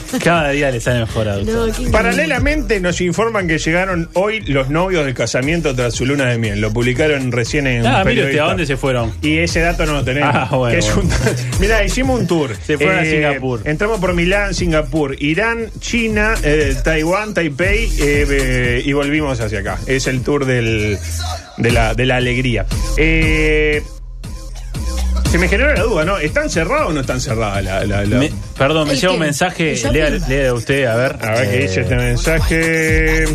[SPEAKER 1] que-
[SPEAKER 2] Cada día le sale mejor a
[SPEAKER 3] No,
[SPEAKER 2] adulto.
[SPEAKER 3] qué
[SPEAKER 1] Paralelamente nos informan que llegaron hoy los novios del casamiento tras su luna de miel. Lo publicaron recién en un
[SPEAKER 2] Ah, mire usted,
[SPEAKER 1] periodista.
[SPEAKER 2] ¿a dónde se fueron?
[SPEAKER 1] Y ese dato no lo tenemos.
[SPEAKER 2] Ah, bueno,
[SPEAKER 1] Que es
[SPEAKER 2] bueno.
[SPEAKER 1] un- Mirá, hicimos un tour. Eh,
[SPEAKER 2] Se fueron a Singapur.
[SPEAKER 1] Entramos por Milán, Singapur, Irán, China, eh, Taiwán, Taipei eh, eh, y volvimos hacia acá. Es el tour del, de, la, de la alegría. Eh, se me generó la duda, ¿no? ¿Están cerradas o no están cerradas la- la- la-
[SPEAKER 2] Me- perdón, me
[SPEAKER 3] ¿El
[SPEAKER 2] llega un
[SPEAKER 3] qué?
[SPEAKER 2] mensaje.
[SPEAKER 3] ¿El shopping?
[SPEAKER 2] Lea, lea usted, a ver.
[SPEAKER 1] A ver qué
[SPEAKER 2] Eh,
[SPEAKER 1] dice este mensaje.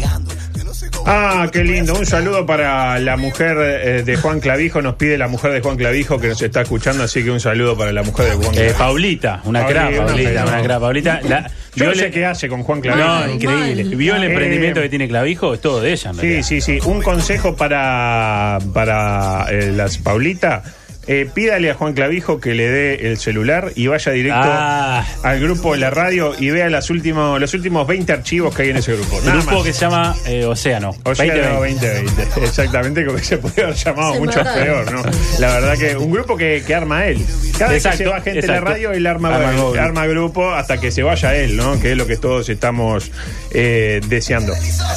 [SPEAKER 1] Ah, qué lindo. Un saludo para la mujer eh, de Juan Clavijo. Nos pide la mujer de Juan Clavijo que nos está escuchando, así que un saludo para la mujer de Juan
[SPEAKER 2] eh,
[SPEAKER 1] Clavijo.
[SPEAKER 2] Paulita, una
[SPEAKER 1] Paulita,
[SPEAKER 2] cra,
[SPEAKER 1] una
[SPEAKER 2] Paulita,
[SPEAKER 1] pena.
[SPEAKER 2] una cra, Paulita. La-
[SPEAKER 1] Yo
[SPEAKER 2] vio
[SPEAKER 1] no sé
[SPEAKER 2] el-
[SPEAKER 1] qué hace con Juan Clavijo.
[SPEAKER 2] Eh, No,
[SPEAKER 3] Mal,
[SPEAKER 2] increíble.
[SPEAKER 3] mal.
[SPEAKER 2] Vio el
[SPEAKER 1] Eh,
[SPEAKER 2] emprendimiento que tiene Clavijo, es todo de ella. en
[SPEAKER 1] Sí,
[SPEAKER 2] realidad.
[SPEAKER 1] sí, sí. Un consejo para, para eh, las Paulita. Eh, pídale a Juan Clavijo que le dé el celular y vaya directo
[SPEAKER 2] Ah.
[SPEAKER 1] al grupo de la radio y vea las últimos, los últimos 20 archivos que hay en ese grupo.
[SPEAKER 2] El
[SPEAKER 1] Nada
[SPEAKER 2] grupo
[SPEAKER 1] más.
[SPEAKER 2] que se llama eh, Océano.
[SPEAKER 1] O sea,
[SPEAKER 2] 2020.
[SPEAKER 1] 2020. Exactamente, como que se puede haber llamado
[SPEAKER 3] Se
[SPEAKER 1] mucho
[SPEAKER 3] mata él.
[SPEAKER 1] peor, ¿no? La verdad que un grupo que, que arma él. Cada vez
[SPEAKER 2] Exacto,
[SPEAKER 1] que se va gente de
[SPEAKER 2] exacto.
[SPEAKER 1] la radio, él arma,
[SPEAKER 2] Arma
[SPEAKER 1] él
[SPEAKER 2] grupo.
[SPEAKER 1] arma grupo hasta que se vaya él, ¿no? Que es lo que todos estamos eh, deseando.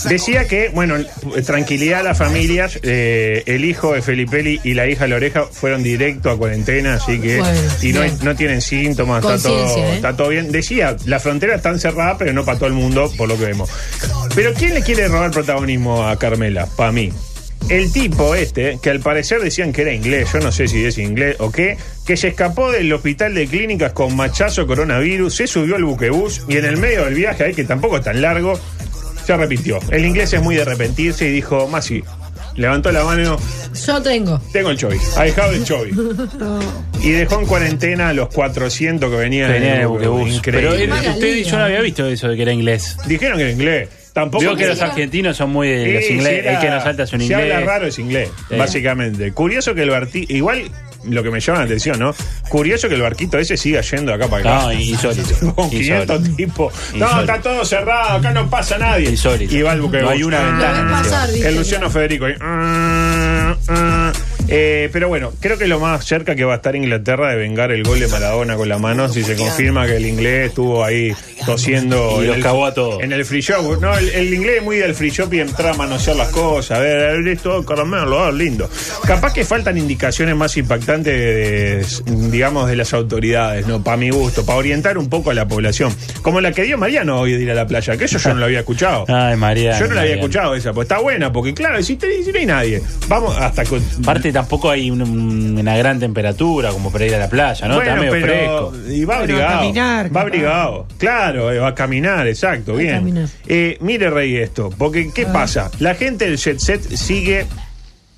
[SPEAKER 1] Decía que, bueno, tranquilidad a las familias. eh, el hijo de Felipelli y la hija de la oreja fueron directo a cuarentena, así que.
[SPEAKER 3] Bueno,
[SPEAKER 1] y no,
[SPEAKER 3] bien.
[SPEAKER 1] no tienen síntomas, está todo,
[SPEAKER 3] Conciencia, ¿eh?
[SPEAKER 1] está todo bien. Decía, la frontera está cerrada, pero no para todo el mundo, por lo que vemos. Pero ¿quién le quiere robar protagonismo a Carmela? Para mí. El tipo este, que al parecer decían que era inglés, yo no sé si es inglés o qué, que se escapó del hospital de clínicas con machazo coronavirus, se subió al buquebús y en el medio del viaje, ahí que tampoco es tan largo, se arrepintió. El inglés es muy de arrepentirse y dijo, Masi, levantó la mano,
[SPEAKER 3] Yo tengo.
[SPEAKER 1] tengo el chovi, ha dejado el chovi. Y dejó en cuarentena a los 400 que venían
[SPEAKER 2] Venía
[SPEAKER 1] en
[SPEAKER 2] de
[SPEAKER 1] el
[SPEAKER 2] Buquebus. Pero
[SPEAKER 1] Increíble.
[SPEAKER 2] eh, usted,
[SPEAKER 3] liga.
[SPEAKER 2] yo no había visto eso de que era inglés.
[SPEAKER 1] Dijeron que era inglés. Tampoco
[SPEAKER 2] Vio que
[SPEAKER 1] era-
[SPEAKER 2] los argentinos son muy de los
[SPEAKER 1] Sí,
[SPEAKER 2] ingleses.
[SPEAKER 1] si era-
[SPEAKER 2] el que nos salta es un
[SPEAKER 1] si
[SPEAKER 2] inglés.
[SPEAKER 1] habla raro es inglés,
[SPEAKER 2] Sí.
[SPEAKER 1] básicamente. Curioso que el Barti. Igual lo que me llama la atención, ¿no? Curioso que el barquito ese siga yendo acá para acá.
[SPEAKER 2] No, insólito.
[SPEAKER 1] Con 500 tipos. No,
[SPEAKER 2] Insólito.
[SPEAKER 1] está todo cerrado, acá no pasa nadie.
[SPEAKER 2] Insólito.
[SPEAKER 1] Y va el buque.
[SPEAKER 2] No hay una
[SPEAKER 1] Ah,
[SPEAKER 2] ventana en este
[SPEAKER 3] pasar, dice,
[SPEAKER 1] El Luciano Federico. ahí. Ah, ah. Eh, pero bueno, creo que lo más cerca que va a estar Inglaterra de vengar el gol de Maradona con la mano si se confirma que el inglés estuvo ahí tosiendo
[SPEAKER 2] Y
[SPEAKER 1] en
[SPEAKER 2] los
[SPEAKER 1] el-
[SPEAKER 2] cagó a todos.
[SPEAKER 1] en el free shop. No, el, el inglés es muy del free shop y entra a manosear las cosas. A ver, a ver esto, caramelo, ah, lindo. Capaz que faltan indicaciones más impactantes, de- digamos, de las autoridades, ¿no? Para mi gusto, para orientar un poco a la población. Como la que dio Mariano hoy de ir a la playa, que eso yo no lo había escuchado.
[SPEAKER 2] Ay, Mariano,
[SPEAKER 1] Yo no la había
[SPEAKER 2] Ah, Mariano.
[SPEAKER 1] escuchado esa, pues está buena, porque claro, si, te, si no hay nadie. Vamos, hasta con.
[SPEAKER 2] Aparte tampoco hay un- un- una gran temperatura como para ir a la playa, ¿no?
[SPEAKER 1] Bueno,
[SPEAKER 2] Está medio
[SPEAKER 1] pero-
[SPEAKER 2] fresco.
[SPEAKER 1] Y va
[SPEAKER 4] Bueno, a
[SPEAKER 1] abrigado.
[SPEAKER 4] caminar,
[SPEAKER 1] va
[SPEAKER 4] capaz.
[SPEAKER 1] abrigado. Claro, eh, va a caminar, exacto, bien.
[SPEAKER 3] caminar.
[SPEAKER 1] Eh, mire, Rey, esto. Porque, ¿qué pasa? La gente del Jet Set sigue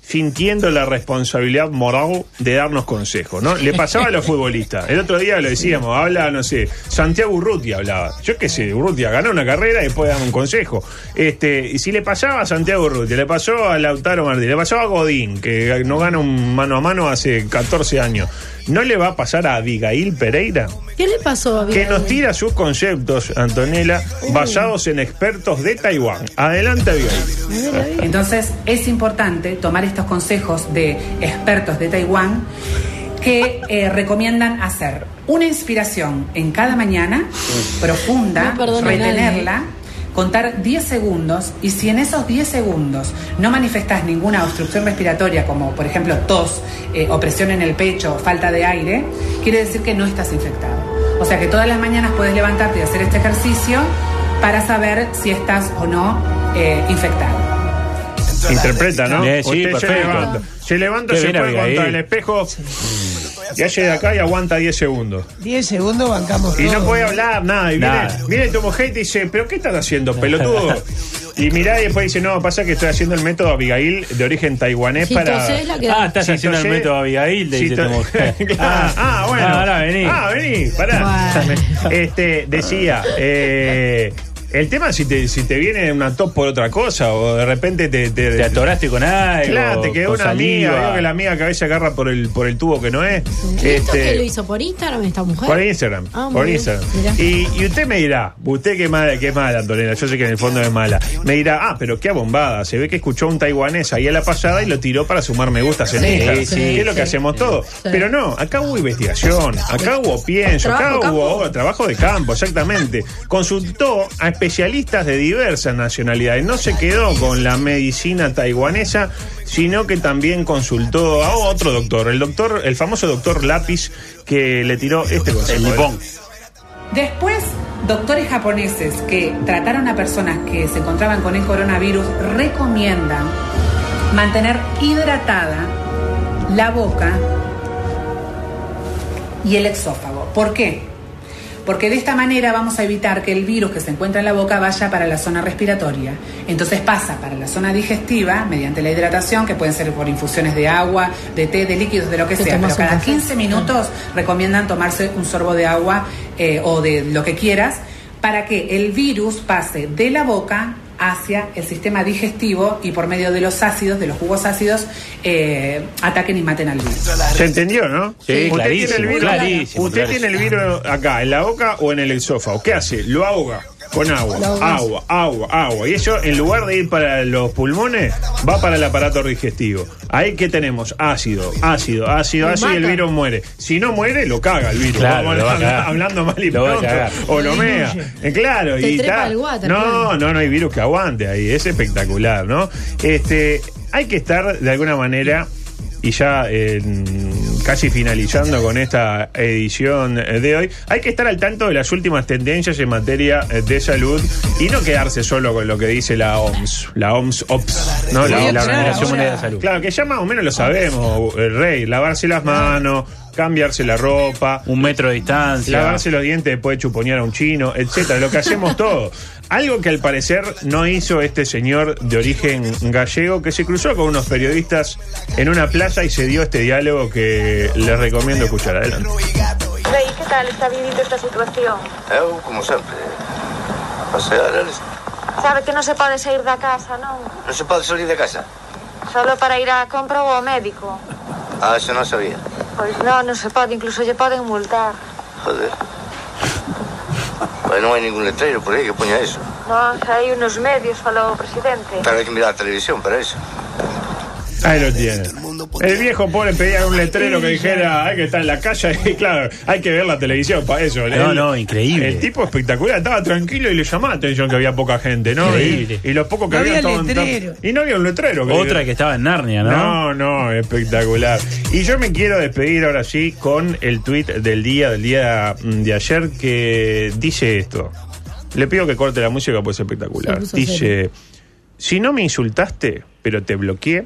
[SPEAKER 1] sintiendo la responsabilidad moral de darnos consejos, ¿no? Le pasaba a los futbolistas. El otro día lo decíamos, habla, no sé, Santiago Urrutia hablaba. Yo qué sé, Urrutia ganó una carrera y después daba un consejo. Este, y si le pasaba a Santiago Urrutia, le pasó a Lautaro Martínez, le pasó a Godín, que no gana un mano a mano hace 14 años, ¿no le va a pasar a Abigail Pereira?
[SPEAKER 3] ¿Qué le pasó a
[SPEAKER 1] que nos
[SPEAKER 3] Abigail?
[SPEAKER 1] tira sus conceptos, Antonella, basados en expertos de Taiwán. Adelante, Abigail.
[SPEAKER 12] Entonces es importante tomar estos consejos de expertos de Taiwán que eh, recomiendan hacer una inspiración en cada mañana, profunda,
[SPEAKER 3] No perdono a nadie,
[SPEAKER 12] retenerla, contar 10 segundos y si en esos 10 segundos no manifestás ninguna obstrucción respiratoria como por ejemplo tos, eh, opresión en el pecho, falta de aire, quiere decir que no estás infectado. O sea que todas las mañanas puedes levantarte y hacer este ejercicio para saber si estás o no eh, infectado.
[SPEAKER 1] Interpreta, ¿no?
[SPEAKER 2] Eh, sí,
[SPEAKER 1] Usted se
[SPEAKER 2] perfecto.
[SPEAKER 1] levanta, se, levanta,
[SPEAKER 2] Qué
[SPEAKER 1] se
[SPEAKER 2] bien,
[SPEAKER 1] pone
[SPEAKER 2] Abigail.
[SPEAKER 1] contra el espejo y hace de acá y aguanta 10 segundos.
[SPEAKER 4] 10 segundos bancamos
[SPEAKER 1] Y no
[SPEAKER 4] todo.
[SPEAKER 1] puede hablar nada. Y viene,
[SPEAKER 2] Nada.
[SPEAKER 1] viene tu mujer y te dice, ¿pero qué estás haciendo, pelotudo? Y mirá y después dice, no, pasa que estoy haciendo el método Abigail de origen taiwanés
[SPEAKER 3] Si
[SPEAKER 1] para...
[SPEAKER 3] tosés, la que-
[SPEAKER 2] Ah, estás
[SPEAKER 1] Si
[SPEAKER 2] haciendo
[SPEAKER 1] tosé-
[SPEAKER 2] el método Abigail, te
[SPEAKER 1] si
[SPEAKER 2] dice
[SPEAKER 1] to-
[SPEAKER 2] tu mujer.
[SPEAKER 1] Claro. Ah, bueno.
[SPEAKER 2] Ah, ahora vení.
[SPEAKER 1] Ah, vení, pará.
[SPEAKER 3] Bueno.
[SPEAKER 1] Este, decía, eh, el tema es si te, si te viene una top por otra cosa o de repente te... te-
[SPEAKER 2] Te atoraste con algo.
[SPEAKER 1] Claro, te quedó
[SPEAKER 2] con
[SPEAKER 1] una amiga,
[SPEAKER 2] saliva.
[SPEAKER 1] veo que la amiga que a veces agarra por el, por el tubo que no es.
[SPEAKER 3] ¿Esto que lo hizo por Instagram esta mujer?
[SPEAKER 1] Este, Por Instagram.
[SPEAKER 3] Ah, muy
[SPEAKER 1] por
[SPEAKER 3] bien.
[SPEAKER 1] Instagram.
[SPEAKER 3] Mirá.
[SPEAKER 1] Y, y usted me dirá, usted que mala, que mala, Antonella, yo sé que en el fondo es mala. Me dirá, ah, pero qué abombada. Se ve que escuchó a un taiwanés ahí a la pasada y lo tiró para sumar me gustas en
[SPEAKER 2] Sí,
[SPEAKER 1] Instagram.
[SPEAKER 2] sí,
[SPEAKER 1] que es lo que
[SPEAKER 3] sí.
[SPEAKER 1] hacemos todos. Pero no, acá hubo investigación, acá hubo pienso, acá
[SPEAKER 3] Trabajo de
[SPEAKER 1] hubo
[SPEAKER 3] campo.
[SPEAKER 1] oh, trabajo de campo, exactamente. Consultó a especialistas de diversas nacionalidades. No se quedó con la medicina taiwanesa, sino que también consultó a otro doctor, el doctor, el famoso doctor lápiz que le tiró este consejo.
[SPEAKER 2] El nipón.
[SPEAKER 12] Después, doctores japoneses que trataron a personas que se encontraban con el coronavirus recomiendan mantener hidratada la boca y el exófago. ¿Por qué? Porque de esta manera vamos a evitar que el virus que se encuentra en la boca vaya para la zona respiratoria. Entonces pasa para la zona digestiva mediante la hidratación, que pueden ser por infusiones de agua, de té, de líquidos, de lo que
[SPEAKER 3] Te
[SPEAKER 12] sea.
[SPEAKER 3] tomas
[SPEAKER 12] Pero cada
[SPEAKER 3] un café. Ah.
[SPEAKER 12] 15 minutos recomiendan tomarse un sorbo de agua eh, o de lo que quieras para que el virus pase de la boca hacia el sistema digestivo y por medio de los ácidos, de los jugos ácidos, eh, ataquen y maten al virus.
[SPEAKER 1] ¿Se entendió, no?
[SPEAKER 2] Sí,
[SPEAKER 1] usted
[SPEAKER 2] clarísimo,
[SPEAKER 1] tiene el virus,
[SPEAKER 2] clarísimo,
[SPEAKER 1] usted
[SPEAKER 2] clarísimo.
[SPEAKER 1] tiene el virus acá, en la boca o en el exófago. ¿Qué hace? Lo ahoga con agua, agua, agua, agua. Y eso, en lugar de ir para los pulmones, va para el aparato digestivo. Ahí que tenemos ácido, ácido, ácido,
[SPEAKER 3] Lo
[SPEAKER 1] ácido y el
[SPEAKER 3] mata.
[SPEAKER 1] virus muere. Si no muere, lo caga el virus.
[SPEAKER 2] Claro,
[SPEAKER 1] Vamos
[SPEAKER 2] lo va a
[SPEAKER 1] habla-
[SPEAKER 2] cagar.
[SPEAKER 1] hablando mal y
[SPEAKER 2] Lo va a
[SPEAKER 1] pronto.
[SPEAKER 2] cagar.
[SPEAKER 1] O lo mea. Eh, Claro,
[SPEAKER 3] Te
[SPEAKER 1] y
[SPEAKER 3] trepa
[SPEAKER 1] ta-
[SPEAKER 3] el water,
[SPEAKER 1] No,
[SPEAKER 3] claro.
[SPEAKER 1] no, no hay virus que aguante ahí. Es espectacular, ¿no? Este, hay que estar de alguna manera, y ya eh, casi finalizando con esta edición eh, de hoy, hay que estar al tanto de las últimas tendencias en materia eh, de salud y no quedarse solo con lo que dice la OMS. La OMS OPS, ¿no?
[SPEAKER 2] Sí,
[SPEAKER 1] La, la
[SPEAKER 4] claro,
[SPEAKER 1] Organización
[SPEAKER 4] ahora-
[SPEAKER 1] Mundial de la Salud. Claro, que ya más o menos lo sabemos, eh, Rey. Lavarse las manos, cambiarse la ropa,
[SPEAKER 2] Un metro de distancia.
[SPEAKER 1] Lavarse los dientes después de chuponear a un chino, etcétera, lo que hacemos todos. Algo que al parecer no hizo este señor de origen gallego que se cruzó con unos periodistas en una plaza y se dio este diálogo que les recomiendo escuchar. Adelante.
[SPEAKER 11] Rey, ¿qué tal está viviendo esta situación?
[SPEAKER 6] Eu, como sempre, a pasear, eles.
[SPEAKER 11] Sabe que non se pode sair da casa, non?
[SPEAKER 6] Non se pode salir de casa.
[SPEAKER 11] Solo para ir a compra ou ao médico.
[SPEAKER 6] Ah, eso non sabía.
[SPEAKER 4] Pues
[SPEAKER 13] No, no se para, incluso ya pueden multar.
[SPEAKER 14] Joder. Pues no hay ningún letrero por ahí, ¿qué puña eso?
[SPEAKER 13] No, hay unos medios para el presidente.
[SPEAKER 14] Pero hay que mirar la televisión para eso.
[SPEAKER 1] Ahí lo tiene. El viejo pobre pedía un letrero que dijera hay que estar en la calle y claro, hay que ver la televisión para eso.
[SPEAKER 2] No,
[SPEAKER 1] El-
[SPEAKER 2] no, increíble.
[SPEAKER 1] El tipo espectacular, estaba tranquilo y le llamaba la atención que había poca gente, ¿no? Y,
[SPEAKER 2] Increíble.
[SPEAKER 1] y los pocos que
[SPEAKER 2] No
[SPEAKER 1] había
[SPEAKER 2] había
[SPEAKER 1] estaban tan-
[SPEAKER 2] letrero.
[SPEAKER 1] Y no había un letrero.
[SPEAKER 2] Otra que estaba en Narnia, ¿no?
[SPEAKER 1] No, no, espectacular. Y yo me quiero despedir ahora sí con el tuit del día, del día mm, de ayer, que dice esto. Le pido que corte la música, pues es espectacular.
[SPEAKER 15] Se puso
[SPEAKER 1] Dice,
[SPEAKER 15] serio.
[SPEAKER 1] si no me insultaste, pero te bloqueé,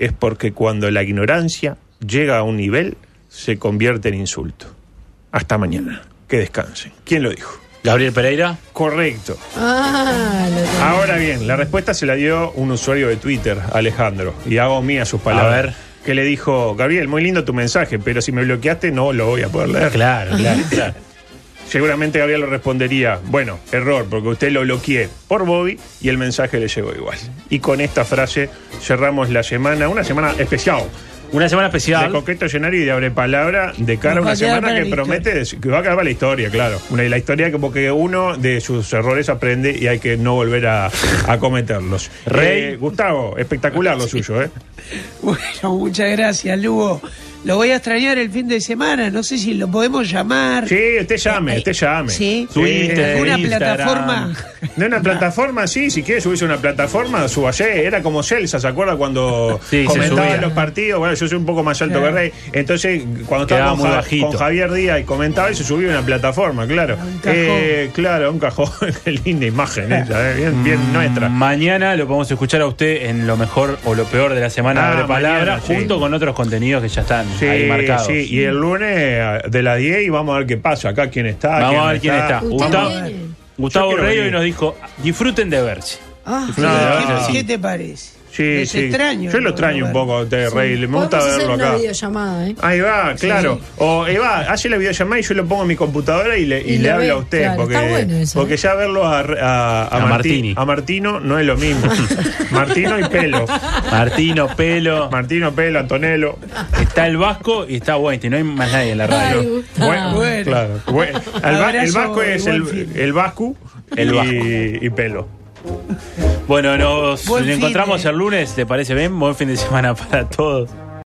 [SPEAKER 1] es porque cuando la ignorancia llega a un nivel, se convierte en insulto. Hasta mañana. Que descansen. ¿Quién lo dijo?
[SPEAKER 2] Gabriel Pereira.
[SPEAKER 1] Correcto.
[SPEAKER 3] Ah, lo tengo.
[SPEAKER 1] Ahora bien, la respuesta se la dio un usuario de Twitter, Alejandro, y hago mía sus palabras.
[SPEAKER 2] A ver.
[SPEAKER 1] Que le dijo, Gabriel, muy lindo tu mensaje, pero si me bloqueaste no lo voy a poder leer.
[SPEAKER 2] Claro, claro, claro.
[SPEAKER 1] Seguramente Gabriel le respondería, bueno, error, porque usted lo bloqueé por Bobby y el mensaje le llegó igual. Y con esta frase cerramos la semana, una semana especial.
[SPEAKER 2] Una semana especial.
[SPEAKER 1] De coqueto llenario y de abre palabra de cara a
[SPEAKER 2] Nos va
[SPEAKER 1] una
[SPEAKER 2] a quedar
[SPEAKER 1] semana
[SPEAKER 2] para
[SPEAKER 1] que
[SPEAKER 2] la
[SPEAKER 1] promete des- que va a quedar para la historia, claro. Una, la historia que porque uno de sus errores aprende y hay que no volver a, a cometerlos.
[SPEAKER 4] Rey.
[SPEAKER 1] Eh, Gustavo, espectacular lo suyo, ¿eh?
[SPEAKER 4] Bueno, muchas gracias, Lugo. Lo voy a extrañar el fin de semana. No sé si lo podemos llamar.
[SPEAKER 1] Sí, usted llame, usted llame.
[SPEAKER 4] Sí.
[SPEAKER 1] Twitter,
[SPEAKER 4] Una
[SPEAKER 1] Instagram.
[SPEAKER 4] plataforma.
[SPEAKER 1] De una plataforma, sí, si quiere subirse a una plataforma, súbase. Era como Celsa, ¿se acuerda cuando
[SPEAKER 2] Sí, se
[SPEAKER 1] comentaba
[SPEAKER 2] subía.
[SPEAKER 1] los partidos? Bueno, yo soy un poco más alto
[SPEAKER 2] Claro.
[SPEAKER 1] que Rey. Entonces, cuando estaba
[SPEAKER 2] Quedaba
[SPEAKER 1] con,
[SPEAKER 2] muy
[SPEAKER 1] Ja-
[SPEAKER 2] bajito.
[SPEAKER 1] con Javier Díaz y comentaba, y se subía a una plataforma, claro.
[SPEAKER 2] cajón.
[SPEAKER 1] Eh, claro, un cajón. Qué linda imagen esa, eh, bien,
[SPEAKER 2] Mm.
[SPEAKER 1] bien nuestra.
[SPEAKER 2] Mañana lo podemos escuchar a usted en lo mejor o lo peor de la semana
[SPEAKER 1] Ah,
[SPEAKER 2] Abre Palabra,
[SPEAKER 1] mañana, sí.
[SPEAKER 2] junto con otros contenidos que ya están
[SPEAKER 1] Sí,
[SPEAKER 2] ahí marcados.
[SPEAKER 1] sí, y el lunes eh, de las 10 y vamos a ver qué pasa acá, quién Ah, está.
[SPEAKER 2] Vamos
[SPEAKER 1] quién
[SPEAKER 2] a ver quién está.
[SPEAKER 1] Yo
[SPEAKER 2] Gustavo,
[SPEAKER 1] quiero
[SPEAKER 2] Gustavo
[SPEAKER 1] venir.
[SPEAKER 2] Rey hoy nos dijo, disfruten de verse.
[SPEAKER 4] Ah,
[SPEAKER 1] No,
[SPEAKER 4] ¿qué-
[SPEAKER 1] no, sí.
[SPEAKER 4] ¿Qué te parece?
[SPEAKER 1] Sí,
[SPEAKER 4] Los
[SPEAKER 1] sí.
[SPEAKER 4] extraño,
[SPEAKER 1] Yo lo
[SPEAKER 4] ¿no?
[SPEAKER 1] extraño un poco a usted, Rey. Me gusta
[SPEAKER 3] Podemos hacer
[SPEAKER 1] verlo
[SPEAKER 3] una
[SPEAKER 1] acá.
[SPEAKER 3] videollamada, ¿eh?
[SPEAKER 1] Ahí va, claro. O Eva, hace la videollamada y yo lo pongo en mi computadora y le, y
[SPEAKER 3] Y
[SPEAKER 1] le
[SPEAKER 3] lo
[SPEAKER 1] hablo
[SPEAKER 3] ve,
[SPEAKER 1] a usted.
[SPEAKER 3] claro,
[SPEAKER 1] porque,
[SPEAKER 3] está bueno eso, ¿eh?
[SPEAKER 1] porque ya verlo a, a, a
[SPEAKER 2] A
[SPEAKER 1] Martín-
[SPEAKER 2] Martini.
[SPEAKER 1] a Martino no es lo mismo. Martino y pelo.
[SPEAKER 2] Martino, Pelo.
[SPEAKER 1] Martino, Pelo, Antonello.
[SPEAKER 2] Está el Vasco y está Weinstein, no hay más nadie en la radio.
[SPEAKER 3] Ah,
[SPEAKER 1] Bueno, claro. Bueno, el, va- el
[SPEAKER 2] Abrazo
[SPEAKER 1] vasco es
[SPEAKER 2] y buen
[SPEAKER 1] el, el vasco
[SPEAKER 2] El
[SPEAKER 1] y-
[SPEAKER 2] vasco.
[SPEAKER 1] y pelo.
[SPEAKER 2] Bueno, nos
[SPEAKER 1] Buen fin,
[SPEAKER 2] encontramos el lunes, ¿te parece bien? Buen fin de semana para todos.